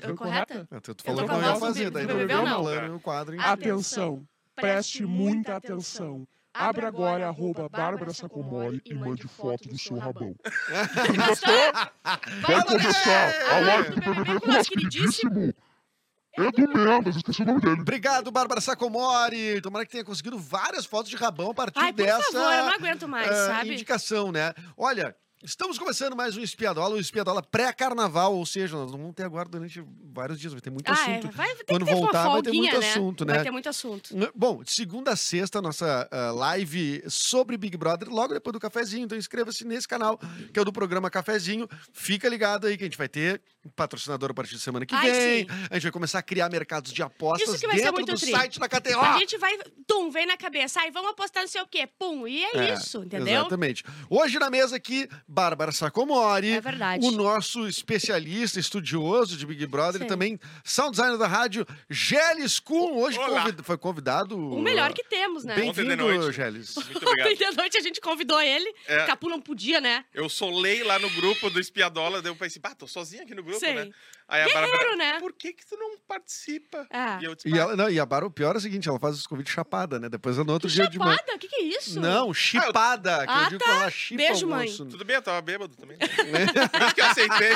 Tô correta? Eu tô, tu Eu falou tô que com não a ia voz do fazer, daí tu BBB ou não? viu Ah, falando e o quadro em Atenção, Atenção, preste muita atenção. Abra agora arroba Bárbara Sacomori e mande foto do seu rabão. Gostou? Vai Vamos começar tá. a live do BBB com nosso queridíssimo. queridíssimo Edu Mendes, esqueci o nome dele. Obrigado, Bárbara Sacomori. Tomara que tenha conseguido várias fotos de rabão a partir Ai, por dessa favor, eu não aguento mais, ah, sabe? indicação, né? Olha, estamos começando mais um Espiadola, um Espiadola pré-carnaval, ou seja, nós vamos ter agora durante vários dias, vai ter muito Ah, é, assunto. vai ter Quando que ter voltar, uma vai ter muito folguinha, né? assunto, né? Vai ter muito assunto. Bom, de segunda a sexta, nossa ah, live sobre Big Brother, logo depois do cafezinho. Então inscreva-se nesse canal, que é o do programa Cafezinho. Fica ligado aí que a gente vai ter patrocinador a partir de semana que Ai, vem. sim. A gente vai começar a criar mercados de apostas Isso que vai ser dentro muito do tri. site da KTO. A gente vai, tum, vem na cabeça, aí vamos apostar no sei o quê, pum, e é, É, isso, entendeu? Exatamente. Hoje na mesa aqui, Bárbara Sacomori. É verdade. O nosso especialista, estudioso de Big Brother Sim. e também sound designer da rádio, Geles Kuhn. Hoje Olá. convid- foi convidado. O melhor que temos, né? Ontem de Bem-vindo, noite. Geles. Muito Ontem obrigado. de noite a gente convidou ele, É. Capu não podia, né? Eu solei lá no grupo do Espiadola, daí eu pensei, bah, tô sozinha aqui no grupo, Sei. né? Aí a Bárbara, Claro, né? por que que tu não participa? Ah. E eu disse, E, é "Bah, ela, não, e a Bárbara, o pior é o seguinte, ela faz os convites chapada, né? Depois no outro Que dia de manhã. chapada, o que que é isso? Não, chipada, que Ah, eu digo que ela chipa Beijo, o mãe. osso. tudo bem, eu tava bêbado também. Por isso que eu aceitei.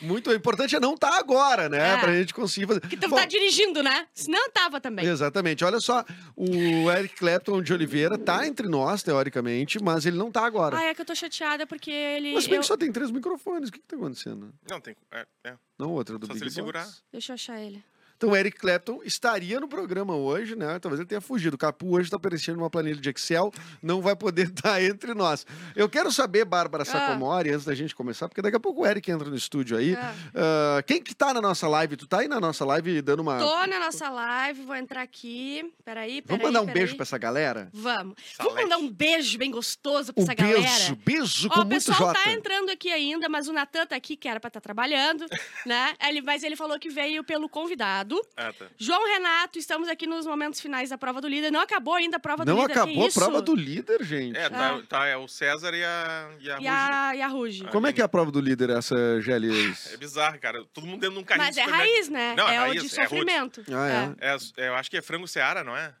Muito importante é não estar agora, né? É. Pra gente conseguir fazer. Que tu Bom, tá dirigindo, né? Se não, tava também. Exatamente. Olha só, o Eric Clapton de Oliveira tá entre nós, teoricamente, mas ele não tá agora. Ah, é que eu tô chateada porque ele... mas se bem eu- que só tem três microfones, o que, que tá acontecendo? Não, tem... É, é. Não, outra do Só Big se ele Boss. segurar. Deixa eu achar ele. Então, o Eric Clapton estaria no programa hoje, né? Talvez ele tenha fugido. O Capu hoje tá aparecendo numa planilha de Excel, não vai poder estar entre nós. Eu quero saber, Ah. Bárbara Sacomori, antes da gente começar, porque daqui a pouco o Eric entra no estúdio aí. Ah. Ah, quem que tá na nossa live? Tu tá aí na nossa live dando uma... Tô na nossa live, vou entrar aqui. Peraí, peraí. Ah. Vamos mandar um peraí. beijo pra essa galera? Vamos. Vamos Salete. mandar um beijo bem gostoso pra Um essa galera. beijo, beijo com Ó, o muito pessoal J. tá entrando aqui ainda, mas o Natan tá aqui, que era pra estar trabalhando, né? Ele, mas ele falou que veio pelo convidado. Ah, tá. João Renato, estamos aqui nos momentos finais da prova do líder. Não acabou ainda a prova do Não líder. que acabou a isso? prova do líder, gente. É, tá, tá, é o César e a, e a Ah. E a, e a Ruge. Ah, Como é que é a prova do líder, essa Gélis? Ruge. É bizarro, cara. Todo mundo dentro de um carrinho Mas de é supermercado. raiz, né? Não, é é raiz, o de é roots. sofrimento. Ah, É, é, eu acho que é frango Seara, não é?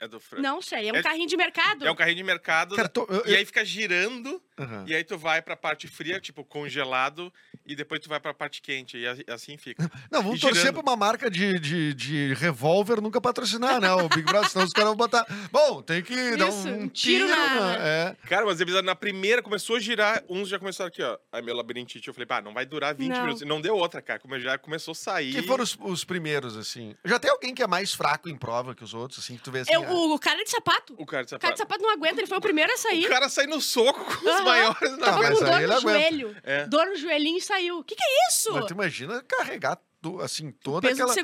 É do frango. Não sei, é um É- carrinho de mercado. É um carrinho de mercado. é? Cara, tô- eu- Ah. E é eu- aí fica girando, Aham. e aí tu vai pra parte fria, tipo congelado, e depois tu vai pra parte quente, e a- assim fica. Não, vamos e torcer girando. pra uma marca de, de, de revólver nunca patrocinar, né? O Big Brother, senão os caras vão botar. Bom, tem que dar Isso, um, um tiro na- É. Cara, mas é bizarro, na primeira começou a girar, uns já começaram aqui, ó. Aí meu labirintite, eu falei, pá, não vai durar 20 Não. minutos. E não deu outra, cara, como já começou a sair. Quem foram os, os primeiros, assim? Já tem alguém que é mais fraco em prova que os outros, assim, que tu vê assim. Eu- ah, É, o, cara de sapato. O cara de O cara tá Ah. sapato. de sapato não aguenta, ele foi o primeiro a sair. O cara sai no soco com os Aham. maiores na Tá, Tava mas mão. com aí dor ele no aguenta. joelho. É. Dor no joelhinho e saiu. O que, que é isso? Mas tu imagina carregar, to- assim, toda Peso aquela. de ser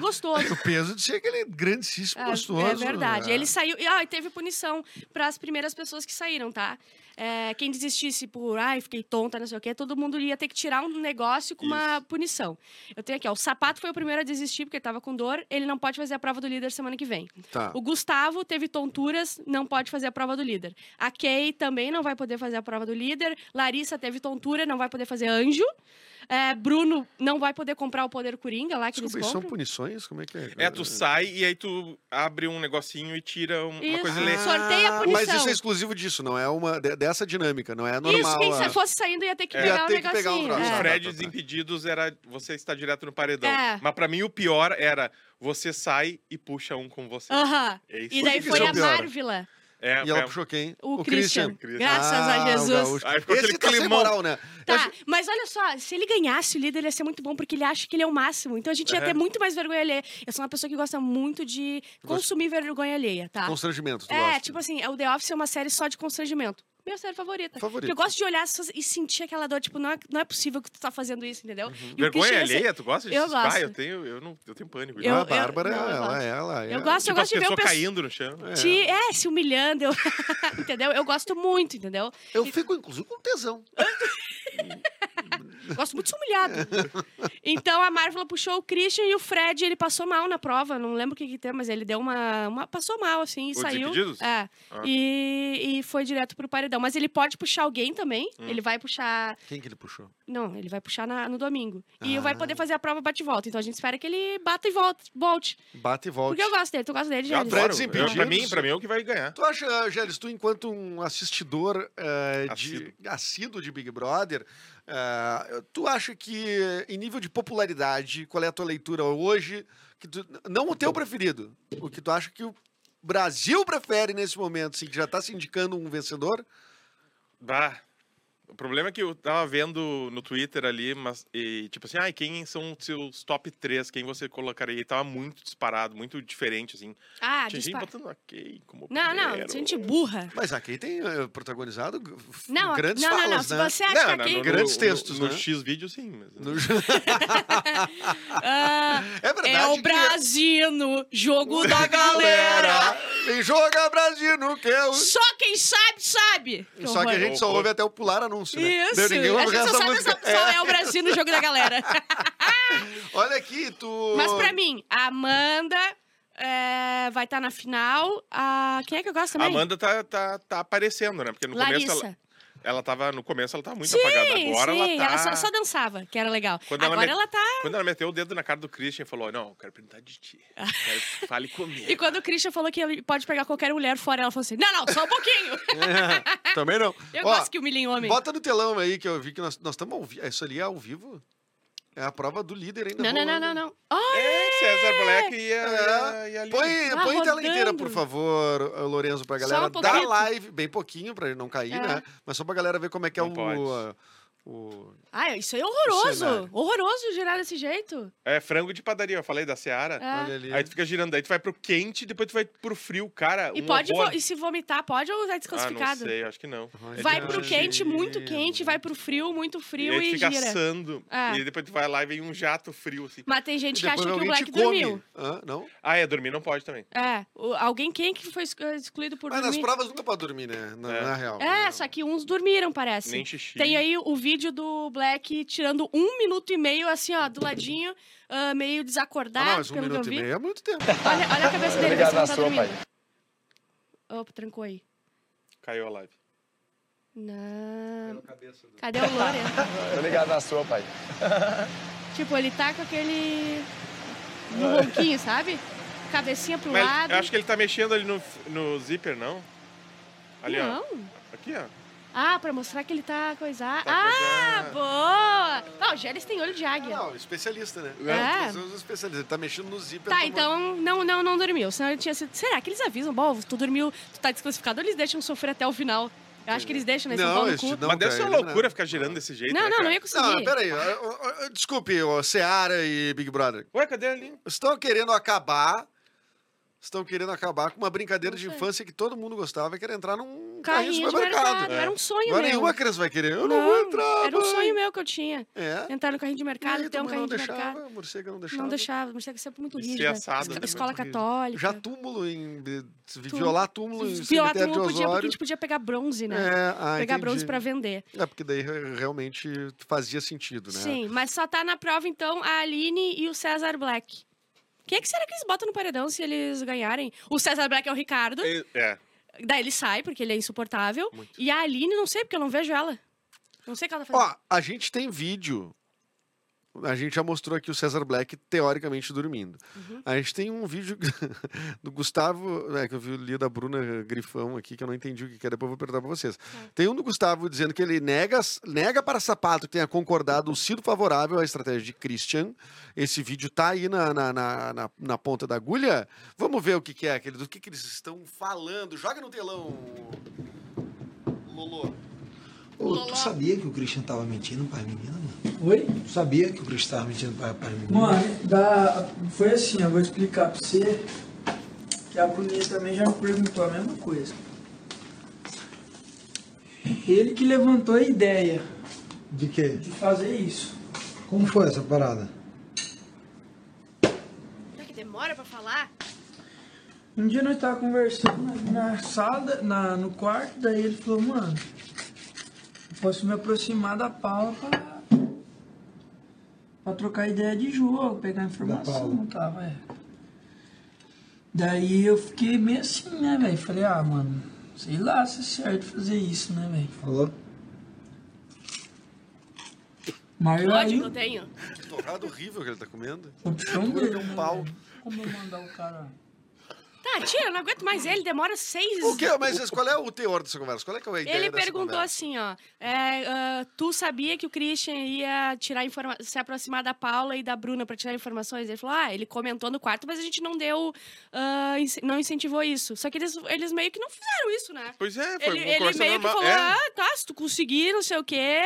gostoso. O peso de ser aquele grandíssimo É, gostoso. É verdade. né? Ele saiu. E ai, teve punição para as primeiras pessoas que saíram, tá? É, quem desistisse por, ai, fiquei tonta, não sei o quê, todo mundo ia ter que tirar um negócio com uma Isso. punição. Eu tenho aqui, ó. O sapato foi o primeiro a desistir porque ele tava com dor. Ele não pode fazer a prova do líder semana que vem. Tá. O Gustavo teve tonturas, não pode fazer a prova do líder. A Kay também não vai poder fazer a prova do líder. Larissa teve tontura, não vai poder fazer anjo. É, Bruno não vai poder comprar o poder coringa lá que Desculpa, eles isso são compram. punições? Como é que é? É, tu sai e aí tu abre um negocinho e tira um- uma Isso. coisa Ah, lenta. Sorteia a Mas punição. isso é exclusivo disso, não é uma de- dessa dinâmica, não é normal. Isso, quem sa- a- fosse saindo ia ter que Ia pegar o ter que pegar um negocinho. troço. Os é. Fred- Freds impedidos era você estar direto no paredão. É. Mas pra mim o pior era você sai e puxa um com você. Aham. É isso. Ah. E Por daí que que foi isso é a o pior? Marvila, É, E é, ela puxou quem? o, Christian. Christian. Graças Ah, a o Jesus. gaúcho. Aí ficou Esse aquele tá sem climão. moral, né? Tá, mas olha só, se ele ganhasse o líder, ele ia ser muito bom, porque ele acha que ele é o máximo. Então a gente ia ter Aham. muito mais vergonha alheia. Eu sou uma pessoa que gosta muito de gosta- consumir vergonha alheia, tá? Constrangimento, tu É, gosta. tipo assim, o The Office é uma série só de constrangimento. Minha série favorita. Favorita. Porque Eu gosto de olhar essas- e sentir aquela dor, tipo, não é, não é possível que tu tá fazendo isso, entendeu? E o Uhum. Vergonha Christian ia ser- alheia, tu gosta disso? Eu gosto. Ah, eu tenho, eu não, eu tenho pânico. Eu- Ah, a eu- Bárbara, não, eu ela, gosto. é, ela, é. Eu gosto, eu tipo, as gosto de ver o pessoas pessoal. caindo né? no chão. É. Te, é, se humilhando. eu- entendeu? Eu gosto muito, entendeu? Eu fico, inclusive, com tesão. Gosto muito de ser humilhado. Então a Marvel puxou o Christian e o Fred, ele passou mal na prova. Não lembro o que que tem, mas ele deu uma. uma- passou mal, assim, e Os saiu. Desimpedidos? É. Ah. E, e foi direto pro paredão. Mas ele pode puxar alguém também. Hum. Ele vai puxar. Quem que ele puxou? Não, ele vai puxar na- no domingo. E Ah. vai poder fazer a prova bate-volta. Então a gente espera que ele bata e volta, volte. Bate e volta. Porque eu gosto dele, tu gosta dele, Eu gente. adoro. Desimpedidos. Eu- Pra mim, pra mim é o que vai ganhar. Tu acha, Gélis, tu enquanto um assistidor eh, Assíduo. de, assíduo de Big Brother, eh, tu acha que em nível de popularidade, qual é a tua leitura hoje? Que tu- não o teu preferido, o que tu acha que o Brasil prefere nesse momento, assim, que já tá se indicando um vencedor? Bah. O problema é que eu tava vendo no Twitter ali, mas e, tipo assim, ah, quem são os seus top 3, quem você colocaria? E tava muito disparado, muito diferente, assim. Ah, Tinha gente dispara. botando a Kay como Não, não, primeiro. gente burra. Mas aqui tem eh, protagonizado f- Não, a- grandes não, não, falas, não, né? se você acha que a Kay- Grandes textos, no, né? X vídeo sim, mas né? No- Ah, É verdade. é o que- Brasino, jogo da galera. Vem joga Brasil, não quer. Só quem sabe, sabe. Só que a gente só horror. ouve até o pular anúncio, né? Isso. Daí ninguém ouve a gente essa só sabe música. essa opção é o Brasino, jogo da galera. Olha aqui, tu. Mas pra mim, a Amanda é, vai estar na final. A... Quem é que eu gosto A também? Amanda tá, tá, tá aparecendo, né? Porque no Larissa. começo ela, ela tava. No começo ela tava muito Sim, apagada. Agora sim. ela tá. só, só dançava, que era legal. Quando ela Agora me- ela tá... Quando ela meteu o dedo na cara do Christian e falou: Não, eu quero perguntar de ti. Eu Quero que fale comigo. E quando o Christian falou que ele pode pegar qualquer mulher fora, ela falou assim, não, não, só um pouquinho. É, Também não. Eu Ó, gosto que humilhem homem. Bota no telão aí que eu vi que nós nós estamos ao vivo. Isso ali é ao vivo? É a prova do líder ainda. né? Não, não, não, rolando. não, não. Ó, É, César Black e a. e a- e a Lili. Põe, Tá põe a tela rodando. inteira, por favor, ô, Lorenzo, pra Só galera um da pouquinho. live, bem pouquinho, pra não cair, É. né? Mas só pra galera ver como é que é Não o, pode. a- o- ai, isso aí é O cenário. horroroso. Horroroso girar desse jeito. É frango de padaria, eu falei da Seara. É. Olha ali. Aí tu fica girando, aí tu vai pro quente, depois tu vai pro frio, cara. E um pode, vo- horror. e se vomitar, pode ou é Ah, não desclassificado? sei, eu acho que não. Olha vai que pro quente, giro. muito quente, vai pro frio, muito E frio aí tu e, fica gira. assando. É. E depois tu vai lá e vem um jato frio, assim. Mas tem gente que Depois acha que o alguém te Black come. dormiu. Hã? não? Ah, é, dormir não pode também. É, o- alguém quem que foi exc- excluído por Mas nas dormir? provas nunca pode dormir, né? Na, É. na real. Ah, É, Não. só que uns dormiram, parece. Nem xixi. Tem aí o vídeo do Black tirando um minuto e meio, assim, ó, do ladinho, ah, meio Ah, desacordado, não, mas um pelo que eu minuto e vi. meio é muito tempo. Olha, olha a cabeça dele, vê se Obrigado não na tá sua, pai. dormindo. Opa, trancou aí. Caiu a live. Não. Cadê o Lore? Tô ligado na sua, pai. tipo, ele tá com aquele. É. No ronquinho, sabe? Cabecinha pro Mas lado. eu acho que ele tá mexendo ali no, no zíper, não? Ali, não. ó. Aqui, ó. Ah, pra mostrar que ele tá coisado. Tá ah, coisado. boa! Não, o Gélis tem olho de águia. Ah, Não, especialista, né? É. Todos os especialistas. Ele tá mexendo no zíper. Tá, tomando- então não, não, não dormiu. Senão ele tinha sido. Será que eles avisam? Bom, tu dormiu, tu tá desclassificado, ou eles deixam sofrer até o final? Eu acho que eles deixam, né? Eles Não, são pau no este- cu. não, Mas deve cara, ser uma ele não- é. Ah. loucura ficar girando desse jeito, Não, né, não, não é cara? ia Não, conseguir. Ah, peraí. ó, ó, ó, Desculpe, ó, Seara e Big Brother. Ué, cadê ali? Estão querendo acabar. Estão querendo acabar com uma brincadeira de Não sei. infância que todo mundo gostava, que era entrar num carrinho de Um Carrinho de mercado. tá supermercado. Era um sonho Agora meu. nenhuma criança vai querer. Eu não, vou entrar. Era um mãe. sonho meu que eu tinha. É. Entrar no carrinho de mercado, E ter um também não carrinho de deixava, mercado. morcega não deixava. Não deixava, mas tinha que ser muito E ser rígida. assado, Esco- né, muito Escola rígido. católica. Já túmulo em. Violar túmulo em Violar cemitério de túmulo podia, porque a Osório. gente podia pegar bronze, né? É, ah, pegar bronze entendi. pra vender. É, porque daí re- realmente fazia sentido, né? Sim, mas só tá na prova, então, a Aline e o César Black. Quem é que será que eles botam no paredão se eles ganharem? O César Black é o Ricardo, É. daí ele sai, porque ele é insuportável. Muito. E a Aline, não sei, porque eu não vejo ela. Não sei o que ela tá fazendo. Ó, a gente tem vídeo. A gente já mostrou aqui o César Black teoricamente dormindo. A gente tem um vídeo do Gustavo, é, que eu vi ali da Bruna Grifão aqui, que eu não entendi o que que é, depois eu vou perguntar pra vocês. Tem um do Gustavo dizendo que ele nega, nega para sapato que tenha concordado ou sido favorável à estratégia de Christian. Esse vídeo tá aí na, na, na, na- na ponta da agulha. Vamos ver o que, que é aquele, do que, que eles estão falando. Joga no telão, Lolo. Ô, tu sabia que o Christian tava mentindo para as meninas, mano? Oi? Tu sabia que o Christian tava mentindo para as meninas? Mano, da... foi assim, eu vou te explicar pra você que a Bruninha também já me perguntou a mesma coisa. Ele que levantou a ideia De quê? de fazer isso. Como foi essa parada? Será que demora pra falar? Um dia nós tava conversando na, na sala, na, no quarto, daí ele falou, mano, eu posso me aproximar da Paula pra Pra trocar ideia de jogo, pegar informação, Paulo. tá, velho. Daí eu fiquei meio assim, né, velho? Falei, ah, mano, sei lá se é certo fazer isso, né, velho? Falou? Mas eu Pode, aí, eu tenho. Que torrada horrível que ele tá comendo. opção dele, deu um né, pau. velho? Como eu mandar o cara... Tá, tira, eu não aguento mais ele, demora seis. O quê? Mas qual é o teor dessa conversa? Qual é que é a ideia Ele dessa perguntou conversa? assim, ó. é, ah, tu sabia que o Christian ia tirar informa- se aproximar da Paula e da Bruna pra tirar informações? Ele falou, ah, ele comentou no quarto, mas a gente não deu. ah, ince- não incentivou isso. Só que eles, eles meio que não fizeram isso, né? Pois é, foi Ele, uma ele conversa meio que normal. falou, é. ah, tá, se tu conseguir, não sei o quê,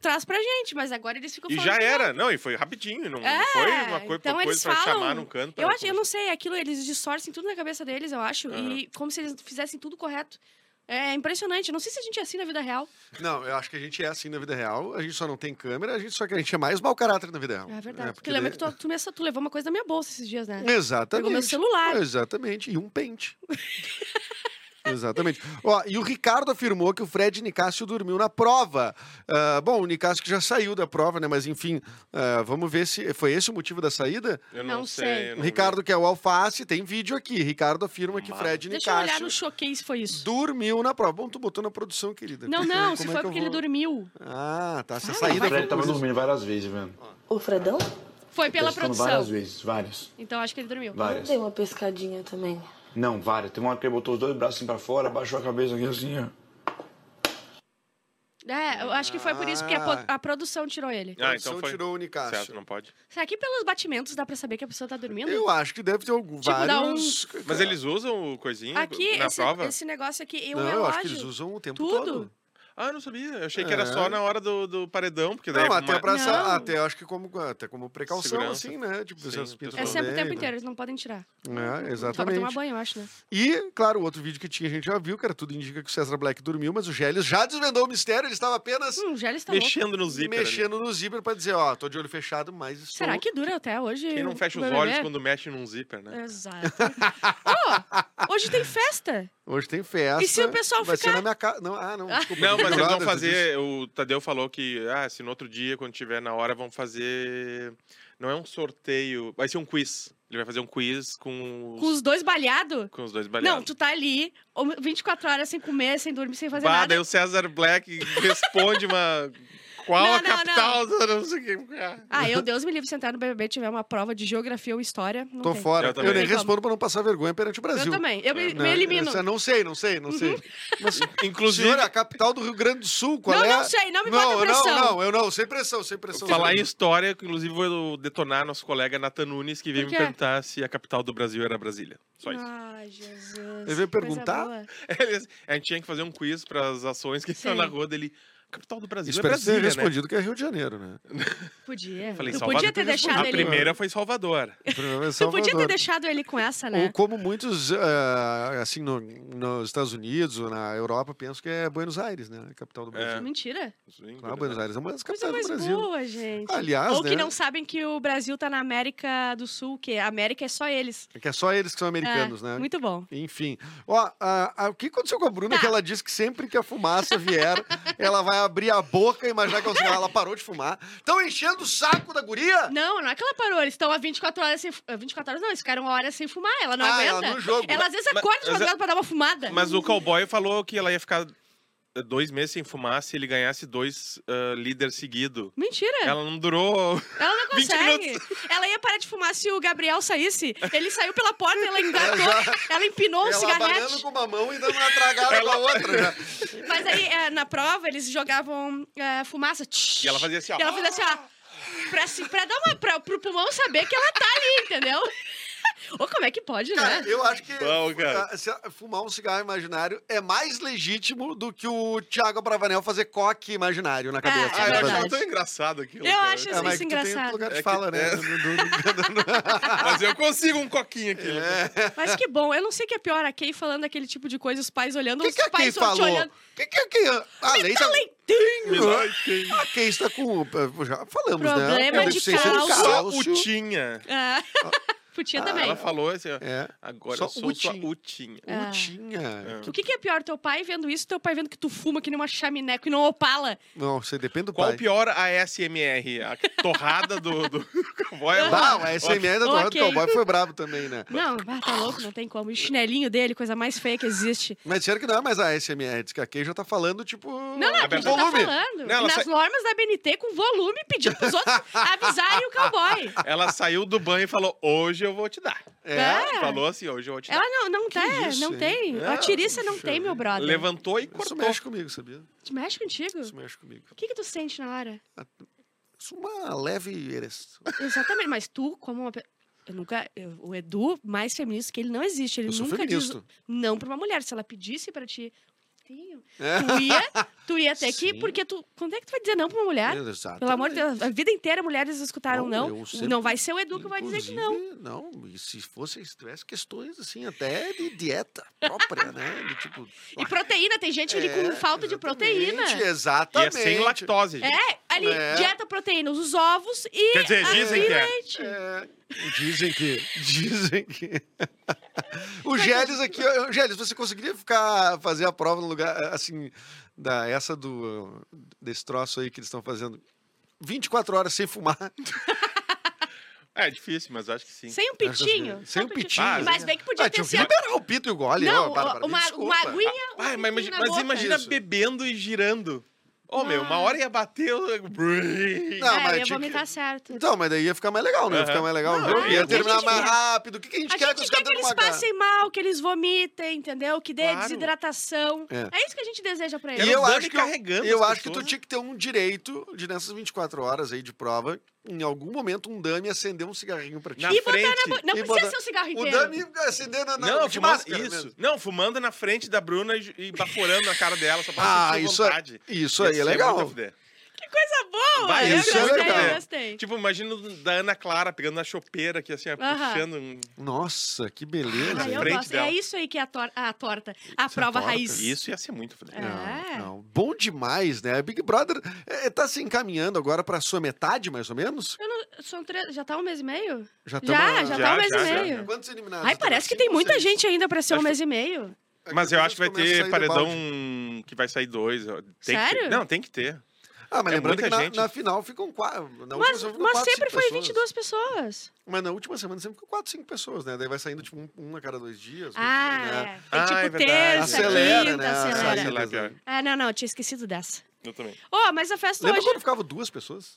traz pra gente. Mas agora eles ficam E falando. já que não. era, não, e foi rapidinho, não É, foi uma coisa, então uma eles coisa pra falam- chamar num canto. pra Eu acho, eu conversar. não sei, aquilo eles distorcem tudo na cabeça deles, eu acho, Aham. e como se eles fizessem tudo correto. É impressionante. Não sei se a gente é assim na vida real. Não, eu acho que a gente é assim na vida real. A gente só não tem câmera, a gente só que a gente é mais mau caráter na vida real. É verdade. né? porque lembra daí- É, que tu, tu, me assa- tu levou uma coisa da minha bolsa esses dias, né? Exatamente. Pegou meu celular. Exatamente. E um pente. Exatamente. Ó, e o Ricardo afirmou que o Fred Nicásio dormiu na prova. Ah, bom, o Nicásio que já saiu da prova, né? Mas enfim, ah, vamos ver se foi esse o motivo da saída. Eu Não sei. eu O não Ricardo, que é o alface, tem vídeo aqui. Ricardo afirma que Mal. Fred Deixa eu olhar no Nicásio showcase se foi isso. dormiu na prova. Bom, tu botou na produção, querida. Não, Como- não, como se é foi que eu porque ele vou- dormiu. Ah, tá. Essa Ah, saída vai O foi Fred tava coisa- dormindo várias vezes, velho. O Fredão? Foi pela Testando produção. Tá Várias vezes, várias. Então acho que ele dormiu. Várias. Dei uma pescadinha também. Não, várias. Tem uma hora que ele botou os dois braços assim pra fora, abaixou a cabeça aqui assim, ó. É, eu acho que foi por isso, porque a, po- Ah. a produção tirou ele. Ah, produção então foi. tirou o lembro. Nicásio. Certo, não pode. Será que pelos batimentos dá pra saber que a pessoa tá dormindo? Eu acho que deve ter algum, Tipo, dá um- vários... é Mas eles usam o coisinho Aqui, na esse, prova? esse negócio aqui, e o Não, eu acho que eles relógio. usam o tempo Tudo. todo. Ah, eu não sabia. Eu achei que era É. só na hora do, do paredão, porque daí. é Não, até uma- pra essa- Não. até acho que como, até como precaução, Segurança. assim, né? Tipo, Sim, essas pintas É sempre o tempo também, inteiro, eles não podem tirar. né? Só pra É, tomar exatamente. banho, eu acho, né? E, claro, o outro vídeo que tinha a gente já viu, cara, tudo indica que o César Black dormiu, mas o Gélios já desvendou o mistério, ele estava apenas Hum, o Gélis tá louco. Mexendo no zíper. ali. mexendo no zíper pra dizer, ó, tô de olho fechado, mas estou... Será que dura até hoje? Quem não o fecha os BBB? olhos quando mexe num zíper, né? Exato. Ô, hoje tem festa. Hoje tem festa. E se o pessoal vai ser ficar- na minha casa... Não, ah, não, desculpa. Não, Big mas eles Brother, vão tu disse. fazer. O Tadeu falou que, ah, se no outro dia, quando tiver na hora, vão fazer. Não é um sorteio, vai ser um quiz. Ele vai fazer um quiz com os, Com os dois balhados? com os dois Não, balhados. tu tá ali ou- 24 horas sem comer, sem dormir, sem fazer Bah, nada. daí o César Black responde uma. Qual Não, a não, não. capital? Não. sei o que. Ah. Ah, eu, Deus me livre, sentar no BBB e tiver uma prova de geografia ou história. Não Tô tem. fora. Eu Eu, também. nem Tem como. respondo pra não passar vergonha perante o Brasil. Eu também. Eu me, Não, me elimino. Uhum. essa- Não sei, não sei, não sei. Mas, Inclusive- senhora, a capital do Rio Grande do Sul, qual não, é? a- não sei, não me não, bota pressão. Não, não, eu não, sem pressão, sem pressão. Falar sem em história, que inclusive vou detonar nosso colega Nathan Nunes, que veio Por me quê? perguntar se a capital do Brasil era Brasília. Só isso. Ai, Ah, Jesus. Ele veio perguntar? Coisa boa. Eles- a gente tinha que fazer um quiz para as ações que estão Sim. na rua dele. Capital do Brasil é Espero que Brasília, tenha né? respondido que é Rio de Janeiro, né? Podia. Falei, tu Salvador, podia ter tu respondeu. deixado A ele. primeira foi Salvador. Tu podia ter deixado ele com essa, Ou né? como muitos, ah, assim, no- nos Estados Unidos ou na Europa, pensam que é Buenos Aires, né? A capital É. do Brasil. Mentira. Claro, Buenos Aires é uma das Coisa capitais do mais Brasil. boa, gente. Aliás, Ou né? que não sabem que o Brasil tá na América do Sul, que a América é só eles. É que é só eles que são americanos, É, né? Muito bom. Enfim. Ó, a- a- o que aconteceu com a Bruna? é Tá. Que ela disse que sempre que a fumaça vier, ela vai abrir a boca e imaginar que é um cigarro. ela parou de fumar. Estão enchendo o saco da guria? Não, não é que ela parou. Eles estão há 24 horas sem. fu- ah, 24 horas não, eles ficaram uma hora sem fumar. Ela não Ah, ela aguenta. no jogo. Ela, às vezes Mas- acorda de mas madrugada pra dar uma fumada. Mas o cowboy falou que ela ia ficar eh, dois meses sem fumar se ele ganhasse dois ah, líderes seguidos. Mentira. Ela, Ela não durou. não 20 consegue. Ela ia parar de fumar se o Gabriel saísse. Ele saiu pela porta, ela engatou, ela empinou um ela abanando cigarrete. com uma mão e dando uma tragada com a outra. né? Mas aí, eh, na prova, eles jogavam eh, fumaça. E ela fazia assim, ó. E ela fazia assim, ó. Pra, se- pra dar uma. Pra, pro pulmão saber que ela tá ali, entendeu? Ou como é que pode, Cara, né? eu acho que Bom, cara. ah, se- fumar um cigarro imaginário é mais legítimo do que o Thiago Bravanel fazer coque imaginário na cabeça. É Ah, eu né? verdade. achava tão engraçado aquilo. Eu cara. acho É, mas isso que tu tem engraçado. lugar de É que- fala, né? é. Do- do- do- Mas eu consigo um coquinho aqui. É. Mas que bom. Eu não sei o que é pior, a Kay falando aquele tipo de coisa, os pais olhando, O que, é os que a Kay pais só te falou? olhando. O que, é que a Kay. A lei tá. é? Leitinho. A Kay está com. Já falamos, né? Problema de Deficiência do cálcio. Só o tinha. Ah, Cutia também. Ela falou assim, ó, É. agora Só eu sou Utinha. sua Utinha. É. Putinha. O que, que é pior, teu pai vendo isso, teu pai vendo que tu fuma que nem uma chaminé que não opala? Não, você depende do Qual pai. o pior ASMR? A torrada do, do cowboy é Bah, bom. o SMR da Ok. Torrada do tá Cowboy foi brabo também, né? Não, ah, tá louco, não tem como. O chinelinho dele, coisa mais feia que existe. Mas disseram que não é mais a SMR, diz que a Kay já tá falando, tipo. Não, não, Aberto a gente com tá volume. falando. Não, ela Nas sai- normas da BNT, com volume, pedindo pros outros avisarem o cowboy. Ela saiu do banho e falou, hoje eu vou te dar. É. É. Falou assim, hoje eu vou te dar. Ela não, não tá, isso, não hein? tem. É, a tiriça não deixa tem, eu meu ver. brother. Levantou e Isso cortou. mexe comigo, sabia? Te mexe contigo? Isso mexe comigo. O que, que tu sente na hora? Isso é uma leve ereção. Exatamente, mas tu, como uma pe- Eu nunca. eu- o Edu, mais feminista que ele não existe. Ele Eu sou nunca diz feminista. não pra uma mulher. Se ela pedisse pra ti. Tenho. É. Tu ia, tu ia até aqui, Sim. porque tu. Quando é que tu vai dizer não pra uma mulher? Exatamente. Pelo amor de Deus, a vida inteira mulheres escutaram Não, não. eu O- sempre- Não vai ser o Edu que vai dizer que não. Inclusive, Não, e se fosse estresse, questões assim, até de dieta própria, né? De, tipo, E proteína, tem gente que ele com é, falta de proteína. exatamente, E é Exatamente. sem lactose, gente. É, ali, É. dieta, proteína, os ovos e. Quer dizer, dizem e que é. leite. É, dizem que. Dizem que. é o Gélis aqui, ó, Gélis, você conseguiria ficar fazer a prova no lugar assim, da, essa do desse troço aí que eles estão fazendo? 24 horas sem fumar. É, difícil, mas acho que sim. Sem um pitinho. Sem só um pitinho. Ah, Mas bem que podia Ah, ter tinha que sido. liberar o pito e o gole. ó, Não, Bárbara, me uma, desculpa. uma aguinha. um Ai, pitinho Ah, mas, imagina, na mas boca. Ah. imagina Isso. bebendo e girando. Ô, meu, uma hora ia bater... eu- Não, é, mas eu ia tinha que- vomitar certo. Então, mas daí ia ficar mais legal, né? Ia Aham. ficar mais legal. Não, viu? é, ia a terminar gente mais quer. rápido. O que, que a gente A quer gente que os quer caras que dando eles uma gana? passem mal, que eles vomitem, entendeu? Que dê Claro. desidratação. É. É. isso que a gente deseja pra Quero E eles. eu dano acho e que eu- um carregando eu as acho que tu pessoas. né? tinha que ter um direito de nessas 24 horas aí de prova, em algum momento um dummy acender um cigarrinho pra ti. Na E botar frente. na boca. Não E precisa botar- ser um cigarro O inteiro. dummy acender na, na Não, de fumando, máscara isso. mesmo. Não, fumando na frente da Bruna e, e baforando a cara dela só pra Ah, sentir isso, vontade. isso Ia aí é ser legal. muito fuder. Que coisa boa! Vai, eu isso é gostei, legal. eu gostei. Tipo, imagina o da Ana Clara pegando na chopeira aqui, assim, ó, Aham. puxando um... Nossa, que beleza. Ah, eu frente gosto. dela. É isso aí que é a, tor- a torta, a é prova é torta? raiz. Isso ia ser muito fuder. É. Não, não. Bom demais, né? Big Brother é, tá se encaminhando agora pra sua metade, mais ou menos? São três- Já tá um mês e meio? Já, Já, tamo- já, Já, tá um mês já, e já. meio. Quantos eliminados? Ai, Tamo parece que tá cinco tem ou muita seis? gente ainda pra ser um Acho que- mês e meio. É. Aqui Mas eu depois acho que vai começa a sair ter do paredão balde. que vai sair dois. ó. Tem que ter. Sério? Não, tem que ter. Ah, mas É lembrando que muita na, gente. na final ficam quatro. Na última Mas, semana ficam mas quatro, sempre cinco foi pessoas. 22 pessoas. Mas na última semana sempre ficam 4, 5 pessoas, né? Daí vai saindo tipo um, um a cada dois dias. um dia, né? Ah, é. Tem Ah, tipo é verdade. terça, Acelera, quinta, né? a acelera. saída, Acelera, pior. né? Ah, não, não, eu tinha esquecido dessa. Eu também. Ó, mas a festa Lembra hoje. quando ficavam duas pessoas?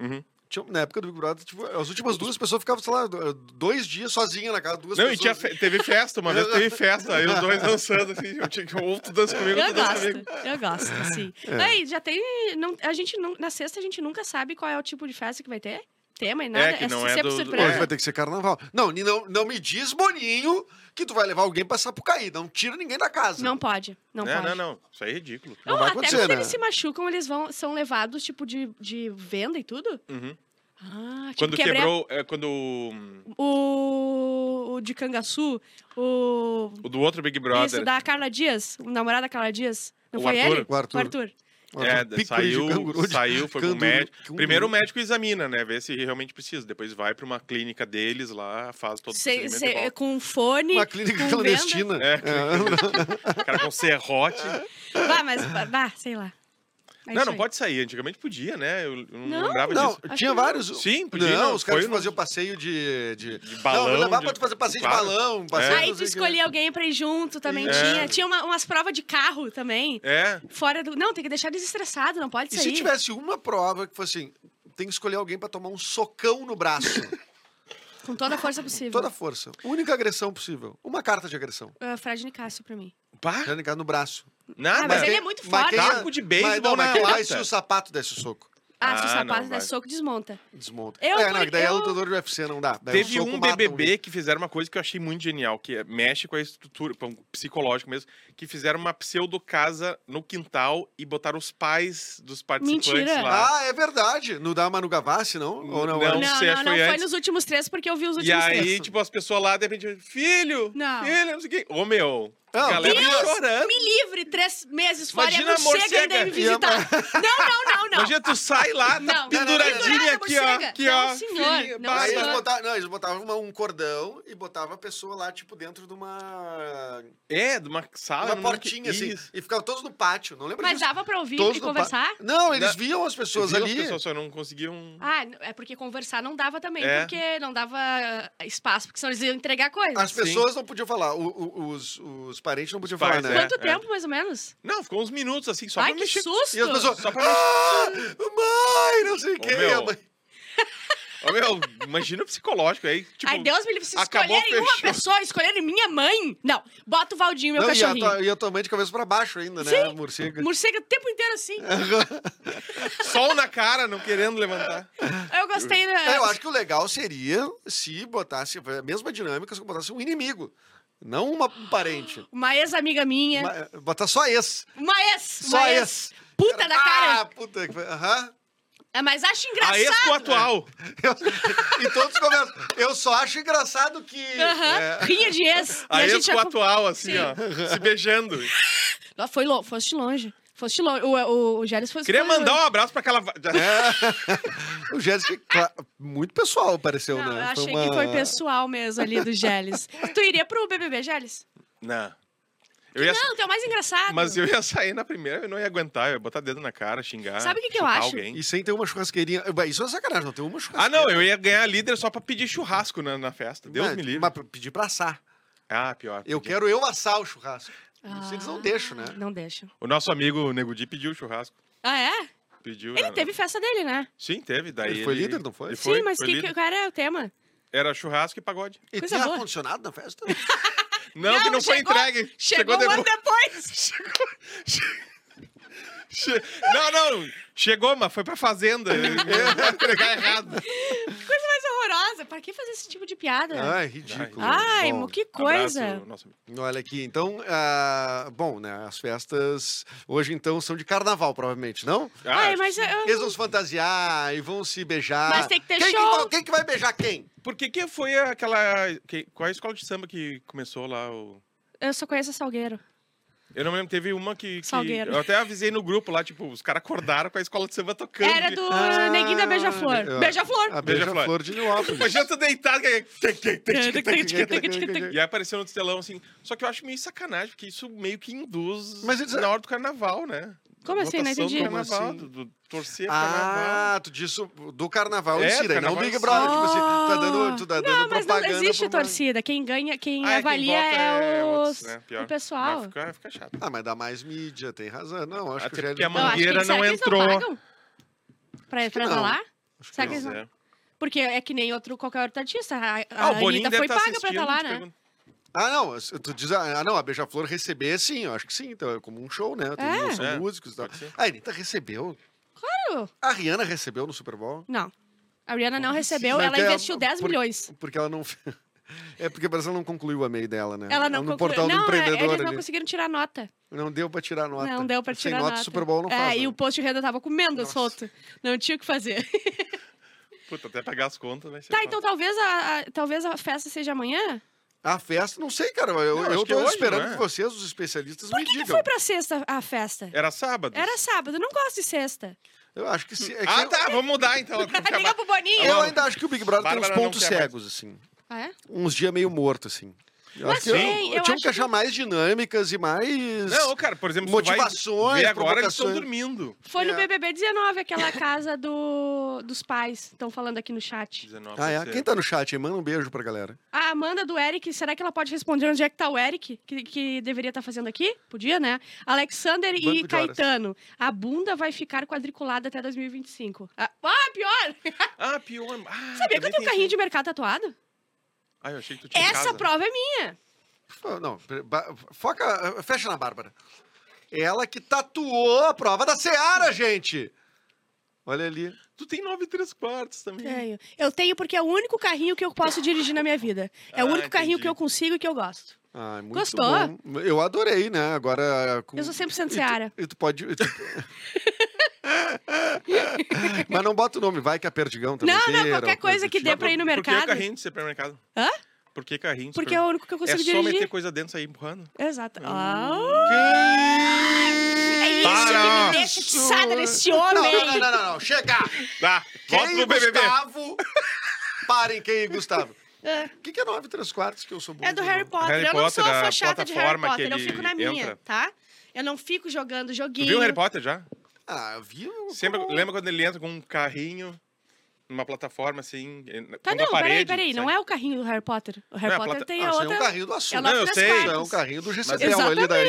Uhum. Tinha- na época do Big Brother, tipo, as últimas duas pessoas ficavam, sei lá, do- eh, dois dias sozinha na casa, duas Não, e tinha pessoas. fe- teve festa, uma vez teve festa, aí os dois dançando, assim, eu tinha que ou tu dança comigo, ou Eu tu dança comigo. gosto, eu É. gosto, sim. Aí, já tem. Não, a gente não, na sexta a gente nunca sabe qual é o tipo de festa que vai ter. Tema e nada. que não é sempre do- do- Hoje surpresa. vai ter que ser carnaval. Não, ni- não, não me diz, Boninho, que tu vai levar alguém pra Sapucaí. Não tira ninguém da casa. Não pode, não, Não, pode. não, não. Isso aí é ridículo. Não Oh, vai até acontecer, quando né? eles se machucam, eles vão, são levados, tipo, de, de venda e tudo? Uhum. Ah, tipo, Quando quebrei quebrou. é, quando hum, o, o de Cangaçu, o... o do outro Big Isso, Brother. da Carla Dias, o namorado da Carla Dias. Não O foi Arthur? ele? O Arthur. O Arthur. É, Picuri de saiu, canguru, de um saiu, foi pro canguru, médico. canguru. Primeiro o médico examina, né? Vê se realmente precisa. Depois vai pra uma clínica deles lá, faz todo o Se- procedimento. se- e volta. com fone, Uma clínica com venda. clandestina. É, É. O cara com serrote. Bah, mas, bah, bah, sei lá. É não, isso não É aí. pode sair. Antigamente podia, né? Eu eu não, Não. lembrava Não, disso. Acho tinha que não. vários. Sim, podia, Não, não, os caras foi que no- faziam passeio de. de... De não, balão, eu levava de- pra tu fazer passeio claro. de balão, É. passeio Aí não tu sei o quê. escolhia alguém pra ir junto, também É. tinha. Tinha uma- umas provas de carro também. É, Fora do. Não, tem que deixar desestressado, não pode E sair. se tivesse uma prova que fosse assim, tem que escolher alguém pra tomar um socão no braço, Com toda a força possível. toda a força, única agressão possível, uma carta de agressão, Ah, Fred Nicásio pra mim. pá, já ligar no braço. Né? Ah, nada. mas ele é muito forte. quem- Taco de beisebol mas não, mas na quem lata. vai se o sapato desse o soco, Ah, se o Ah, sapato der não, vai. Então soco, desmonta. desmonta. Eu, é, não, por- que daí é eu- lutador de UFC, não dá. Daí Teve soco um mata BBB que fizeram uma coisa que eu achei muito genial, que é- mexe com a estrutura, pão, psicológico mesmo, que fizeram uma pseudo casa no quintal e botaram os pais dos participantes Mentira. lá. Ah, é verdade. Não dá Manu Gavassi, não? Ou Não. não? Não, é? não, sei, acho não, que foi foi antes. nos últimos três, porque eu vi os E últimos três. aí, tipo, as pessoas lá, de repente, filho, Não. filho, não sei o quê. Ô, meu, Não, Galera Deus chorando. Me livre, três meses fora e Imagina a a morcega, morcega. ainda me visitar. não, não, não, não. Imagina, tu sai lá, tá Não, penduradinha pendurada, aqui, ó. morcega. Aqui, Não, ó. senhor, Filhinha, não, vai, Aí senhor. Ah, eles botavam, não, eles botavam uma- um cordão e botavam a pessoa lá, tipo, dentro de uma. É, de uma sala. uma numa- portinha, assim. Isso. E ficavam todos no pátio. Não lembro Mas disso. dava pra ouvir Todos e no conversar? Não, eles Não, viam as pessoas Viu? ali. As pessoas só não conseguiam... Ah, n- é porque conversar não dava também, É. porque não dava ah, espaço, porque senão eles iam entregar coisa. As Sim. pessoas não podiam falar. o- o- os, os parentes não podiam pais, falar, né? Quanto é. tempo, mais ou menos? Não, ficou uns minutos, assim, só Ai, pra que mexer. susto! E as pessoas. Só pra- Ah, mãe, não sei o quê. meu, a mãe- Ô, meu, imagina o psicológico aí, tipo... Ai, Deus me livre, se acabou, escolherem uma fechou. pessoa, escolherem minha mãe. Não, bota o Valdinho, meu Não, e, a cachorrinho. tua, e a tua mãe de cabeça pra baixo ainda, né? Sim. Morcega. Morcega o tempo inteiro assim. Sol na cara, não querendo levantar. Eu gostei, né? É, eu acho que o legal seria se botasse a mesma dinâmica, se botasse um inimigo. Não uma, um parente. Uma ex-amiga minha. Uma- botar só esse. Uma ex. Só uma esse. Puta da cara. Ah, puta que. Aham. É, mas acho A ex com o engraçado. atual. Eu- e todos começam. Eu só acho engraçado que. Aham. É, Rinha de ex. A e a ex gente com o já- atual, assim, Sim. ó. Se beijando. Lá foi lo... Foste longe. Foste longe. O, o, o Gélis foi... Queria foi mandar longe. um abraço pra aquela... va- Já- o Jéssica, cla- muito pessoal pareceu, Não, né? eu achei uma- que foi pessoal mesmo ali do Gélis. tu iria pro BBB, Gélis? Não. Eu ia... Não, tu é o mais engraçado. Mas eu ia sair na primeira, eu não ia aguentar, eu ia botar dedo na cara, xingar. Sabe o que que eu chutar acho? Alguém. E sem ter uma churrasqueirinha. Bah, Isso é sacanagem, não tem uma Ah, churrasqueira. não, eu ia ganhar líder só pra pedir churrasco na, na festa. Deus Mas- me livre. Mas pedir pra assar. Ah, pior. Eu pedi. quero eu assar o churrasco. Isso eles Ah, não deixam, né? Não deixam. O nosso amigo Nego Di pediu churrasco. Ah, é? Pediu. Ele né? teve festa dele, né? Sim, teve. Daí Ele foi líder, não foi? ele Sim, mas foi que, líder. que- qual era o tema? Era churrasco e pagode. E Coisa tem boa. ar-condicionado na festa? Não, que não foi chegou- entregue. Chegou, um ano depois. depois. Che- Não, não. Chegou, mas foi pra fazenda. Vai entregar errado. Coisa mais horrorosa. Pra que fazer esse tipo de piada? Ai, ridículo. Ai, Bom, mo- que coisa. Ah, Abraço, nosso amigo. Olha aqui, então, ah, bom, né, as festas hoje, então, são de carnaval, provavelmente, não? Ah, Ai, mas eu- eu- Eles vão se fantasiar e vão se beijar. Mas tem que ter quem show. Que, va- quem que vai beijar quem? Por que que foi aquela... que- Qual é a escola de samba que começou lá o... eu só conheço a Salgueiro. Eu não me lembro, teve uma que, que- Salgueiro. Eu até avisei no grupo lá, tipo, os caras acordaram com a escola de samba tocando. Era do Ah, Neguinho da ah, eu- Beija-Flor. Beija-Flor! A Beija-Flor. Beija-Flor de Nilópolis. Imagina tu deitado. que- Mas E aí apareceu no telão, assim. Só que eu acho meio sacanagem, porque isso meio que induz Mas eles- na hora do carnaval, né? Como assim? Não Votação do entendi. carnaval, Como assim? do, do torcer pro carnaval. Ah, tu disse do carnaval em É, si, daí não carnaval em Big si. Brother. Tipo assim, tu tá dando, tu tá dando Ah. não propaganda. pra um existe uma- torcida. Quem ganha, quem Ah, quem avalia vota é outros, os, né? Pior. o pessoal. Mas fica, fica chato. Ah, mas dá mais mídia, tem razão. Não, acho Ah, Até porque é a que o Gélio... Eu Então, acho que Mangueira será não que eles entrou. pagam Pra, pra não. falar? Será que eles Pois não? é. Porque é que nem outro, qualquer outro artista. A, a Ah, o Boninho Anitta deve foi tá estar paga pra assistindo. estar lá, te tipo, né? pergunta. Ah, não, se tu diz... Ah, não, a Beija-Flor receber, sim, eu acho que sim. Então é como um show, né? Tem É. são É, músicos e tal. pode ser. A Anitta recebeu. Claro! A Rihanna recebeu no Super Bowl. Não. A Rihanna não recebeu, Mas ela que é- investiu 10 por- milhões. Porque ela não... É porque parece que ela não concluiu a MEI dela, né? Ela não No concluiu. portal do Não, é, empreendedor eles não ali. conseguiram tirar nota. Não deu pra tirar nota. Não deu pra tirar Sem nota, nota. o Super Bowl não é, faz. e né? o post de renda tava comendo as solto. Não tinha o que fazer. Puta, até pagar as contas vai ser tá, foda. então talvez a, a- talvez a festa seja amanhã? A festa, não sei, cara. Eu, Não, eu acho que tô é hoje, esperando não é? que vocês, os especialistas, me Que digam. foi pra sexta a festa? Era É. sábado. Era sábado, eu não gosto de sexta. Eu acho que sim. É que Ah, eu- tá, vamos mudar então. Liga pro Boninho. Eu ainda acho que o Big Brother tem uns Bárbara não pontos quer mais. cegos, assim. Ah, é? Uns dias meio morto, assim. Eu Mas acho que eu- tem, eu, eu tinha um acho que achar mais dinâmicas e mais. Não, cara, por exemplo, tu Motivações, vai ver agora eles estão provocações. dormindo. Foi É. no BBB 19, aquela casa do, dos pais. Estão falando aqui no chat. 19, Ah, é. pode ser. Quem tá no chat aí, manda um beijo pra galera. A Amanda do Eric, será que ela pode responder onde é que tá o Eric? Que, que deveria estar fazendo aqui? Podia, né? Um Alexander Banco e de horas. Caetano. A bunda vai ficar quadriculada até 2025. Ah, ah, pior! Ah, pior. Ah, Sabia que eu também tenho tem carrinho isso. de mercado tatuado? Ah, eu achei que tu tinha em Essa casa. prova é minha. Pô, Não, pre- ba- foca, fecha na Bárbara. Ela que tatuou a prova da Seara, gente! Olha ali. Tu tem 9 e 3 quartos também. Tenho. Eu tenho porque é o único carrinho que eu posso dirigir na minha vida. É o Ah, único carrinho entendi. que eu consigo e que eu gosto. Ai, Ah, é muito Gostou? bom. Eu adorei, né? Agora. Com... Eu sou 100% E tu- Seara. E tu pode. e tu- Mas não bota o nome, vai que é perdigão também. Não, não, queira, qualquer ou coisa que do dê tipo. pra ir no Por que o mercado. carrinho de supermercado? Hã? Por que carrinho? Porque é o único que eu é consigo só dirigir. meter Hum. coisa dentro e sair empurrando. Exato. Ah, Que é isso que Para! me deixa atiçada nesse homem. tipo. Não, não, não, não, não, não. Chega! Tá, volta Quem no e BBB. Gustavo? Parem, quem e Gustavo? É. O que, que é 9 3 quartos que eu sou bom? É do Harry Potter. Harry eu não sou Potter, a fã chata de Harry plataforma que Potter. Eu ele fico na minha, entra. tá? Eu não fico jogando Tu joguinho. viu o Harry Potter já? Ah, eu vi. eu- Sempre, como- lembra quando ele entra com um carrinho numa plataforma assim? eh, Tá, contra não, a parede, peraí, peraí. Não sabe? é o carrinho do Harry Potter. O Harry Não, é a Potter plata- tem Ah, a isso outra. é um carrinho do assunto. É lá Não, eu três sei. quartos. Isso é um carrinho do recebel Exatamente. ali da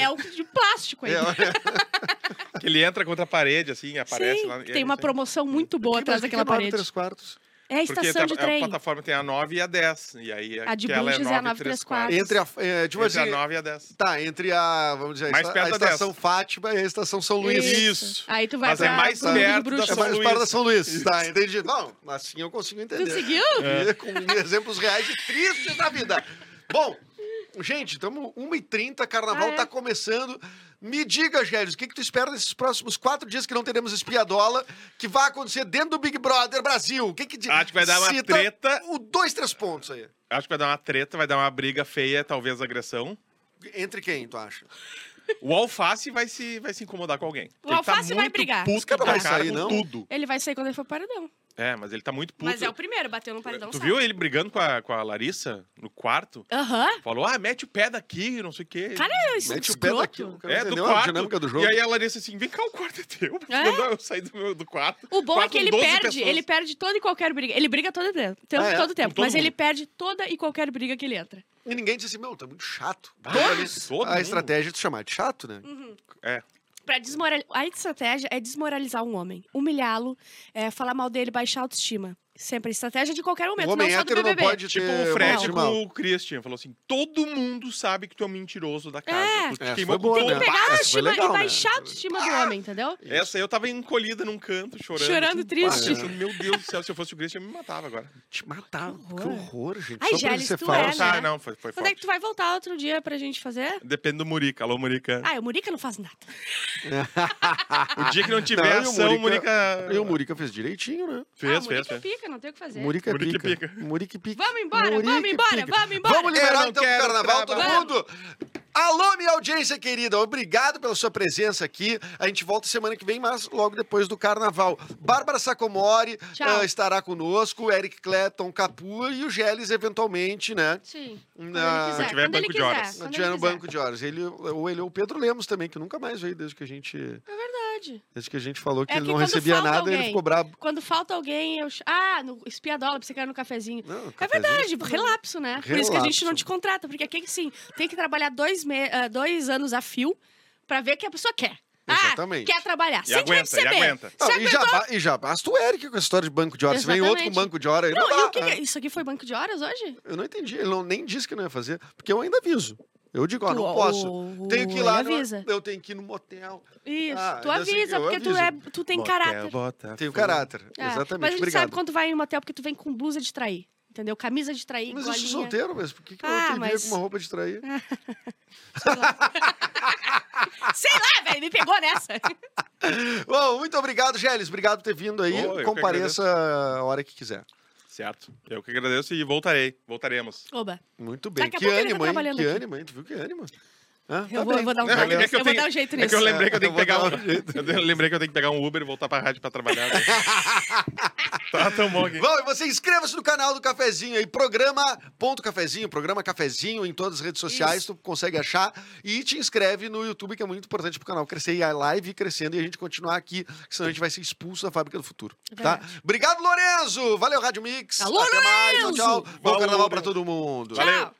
E é o de plástico ainda. É, é. Que ele entra contra a parede, assim, aparece Sim, lá. tem uma promoção. promoção muito Que- boa mas atrás que que daquela é 9 parede. 3 quartos. É a Porque estação tá- de a trem. plataforma tem a 9 e a 10. E aí A de aquela Bruges é a 9 3 quartos. Entre a, é, tipo Entre a assim, 9 e a 10. Tá, entre a, vamos dizer, a Mais esta- a perto da estação Fátima e a estação São Luís. Isso. Aí tu vai Mas é pra mais pro mundo de perto da bruxas. É mais São perto da Luís. São Luís. Tá, entendi. Bom, assim eu consigo entender. Conseguiu? É. Com exemplos reais e tristes da vida. Bom, gente, estamos 1h30, carnaval Ah, é? tá começando. Me diga, Gélios, o que, que tu espera desses próximos quatro dias que não teremos espiadola, que vai acontecer dentro do Big Brother Brasil? O que que... Ah, Acho que vai dar uma Cita treta. O dois, três pontos aí. Acho que vai dar uma treta, vai dar uma briga feia, talvez agressão. Entre quem, tu acha? O Alface vai se, vai se incomodar com alguém. O Ele Alface vai tá muito brigar. Puto Esse cara não da vai cara sair, com não? tudo. Ele vai sair quando ele for pro paredão. É, mas ele tá muito puto. Mas é o primeiro, bateu no paredão. Tu sai. viu ele brigando com a, com a Larissa no quarto? Aham. Falou, ah, mete o pé daqui, não sei o quê. Cara, isso Mete o pé escroto. daqui. eu quero é, entender do a quarto. dinâmica do jogo. E aí a Larissa assim, vem cá, o quarto é teu. É? Não, eu saí do, meu, do quarto. O bom é Quarto que com ele 12 perde, pessoas. ele perde toda e qualquer briga. Ele briga todo tempo, tempo- Ah, é? todo tempo Com todo mas ele mundo. perde toda e qualquer briga que ele entra. E ninguém disse assim, meu, tá muito chato. Todos, todo a mundo. estratégia é de chamar de chato, né? Uhum. Pra desmoral... A estratégia é desmoralizar um homem, humilhá-lo, é, falar mal dele, baixar a autoestima. Sempre estratégia de qualquer momento, o Um homem não só do hétero não BBB. pode Tipo ter o Fred mal. com o Christian. Falou assim: todo mundo sabe que tu é um mentiroso da casa. É. Tu te Essa queimou foi com boa, todo né? mundo." Pegar a Essa foi autoestima legal, e né? baixar a autoestiva do homem, entendeu? Essa eu tava encolhida num canto, chorando. Chorando assim, triste. "Bah, Meu Deus do céu, se eu fosse o Christian, eu me matava agora. Te matar. Que horror, horror. Ai, gente. Só pra assim. ele Gélis, ser tu Não, É, falso. sabe, né? Ah, não, foi, foi Quando é que forte. tu vai voltar outro dia pra gente fazer? Depende do Murica. Alô, Hum. Murica. Ah, o Murica não faz nada. Ah, O dia que não tiver Não, e o ação, o Murica- Murica. E o Murica fez direitinho, né? ah, Fez, o fez, Murica fez. pica, não tem o que fazer. Murica Murica pica. pica. Murica pica. É. Vamos embora, Murica vamos embora, pica. vamos embora. Vamos liberar Eu não então o quero carnaval, todo trabalhar. mundo. Alô, minha audiência querida, obrigado pela sua presença aqui. A gente volta semana que vem, mas logo depois do carnaval. Bárbara Sacomori Tchau. ah, estará conosco, Eric Clapton Capua e o Geles, eventualmente, né? Sim. Na- Quando ele quiser. Se tiver quando ele banco de quiser, horas. quando Tiver ele no quiser. banco de horas. Ele, ou ele ou o Pedro Lemos também, que nunca mais veio desde que a gente, É Verdade. desde que a gente falou que É ele que não quando recebia falta nada, ele alguém- ficou brabo. Quando falta alguém, eu. ch- Ah, no espiadola, pra você quer no cafezinho. Não, É cafezinho. verdade, relapso, né? Por isso que a gente Relapso. não te contrata, porque aqui, sim, tem que trabalhar dois, me- ah, dois anos a fio pra ver que a pessoa quer. Exatamente. Ah, quer trabalhar. E Sente vai aguenta, e receber. aguenta. Não, Se e, já, aguentou- ba- e já basta o Eric com essa história de banco de horas. Se Vem outro com é Exatamente. banco de horas. aí Não, Não, e dá. É, o que que... Isso aqui foi banco de horas hoje? Eu não entendi. Ele não, nem disse que não ia fazer, porque eu ainda aviso. Eu digo, ó, Tu- não posso. o- Tenho que ir lá. ele no- avisa. eu tenho que ir no motel. Isso, Ah, tu ainda assim, avisa, eu porque tu, é, aviso. tu tem Motel, caráter. bota Tenho fogo. caráter. É, Exatamente. Mas a gente Obrigado. sabe quando vai em motel, porque tu vem com blusa de trair, entendeu? Camisa de trair, Mas eu golinha. sou solteiro, mas por que, que né? Ah, eu tenho que ver mas- com uma roupa de trair? Ah, Sei lá, velho, me pegou nessa. Ah. Bom, muito obrigado, Gélis. Obrigado por ter vindo aí. Oh, eu que Compareça a hora que quiser. Certo. Eu que agradeço e voltarei. Voltaremos. Oba. Muito bem. Daqui a Que pouco ele tá ânimo, hein? trabalhando Que aqui. ânimo, hein? Tu viu que ânimo? Hã? Eu Tá vou, bem. eu vou dar um, Não, é jeito. que eu eu vou tenho- dar um jeito É que nisso. eu lembrei que eu tenho que Eu vou pegar um... dar um jeito. Eu lembrei que eu tenho que pegar um Uber e voltar pra rádio pra trabalhar. né? tá tão bom aqui. Bom, e você inscreva-se no canal do Cafezinho aí, programa ponto Cafezinho, programa Cafezinho em todas as redes sociais, tu consegue achar e te inscreve no YouTube que é muito importante pro canal crescer e a live ir crescendo e a gente continuar aqui, que senão a gente vai ser expulso da fábrica do futuro, tá? Verdade. Obrigado, Lorenzo! Valeu, Rádio Mix! Alô, Até mais, tchau, tchau! Lorenzo! Bom Valeu, carnaval pra Lorenzo. todo mundo! Tchau.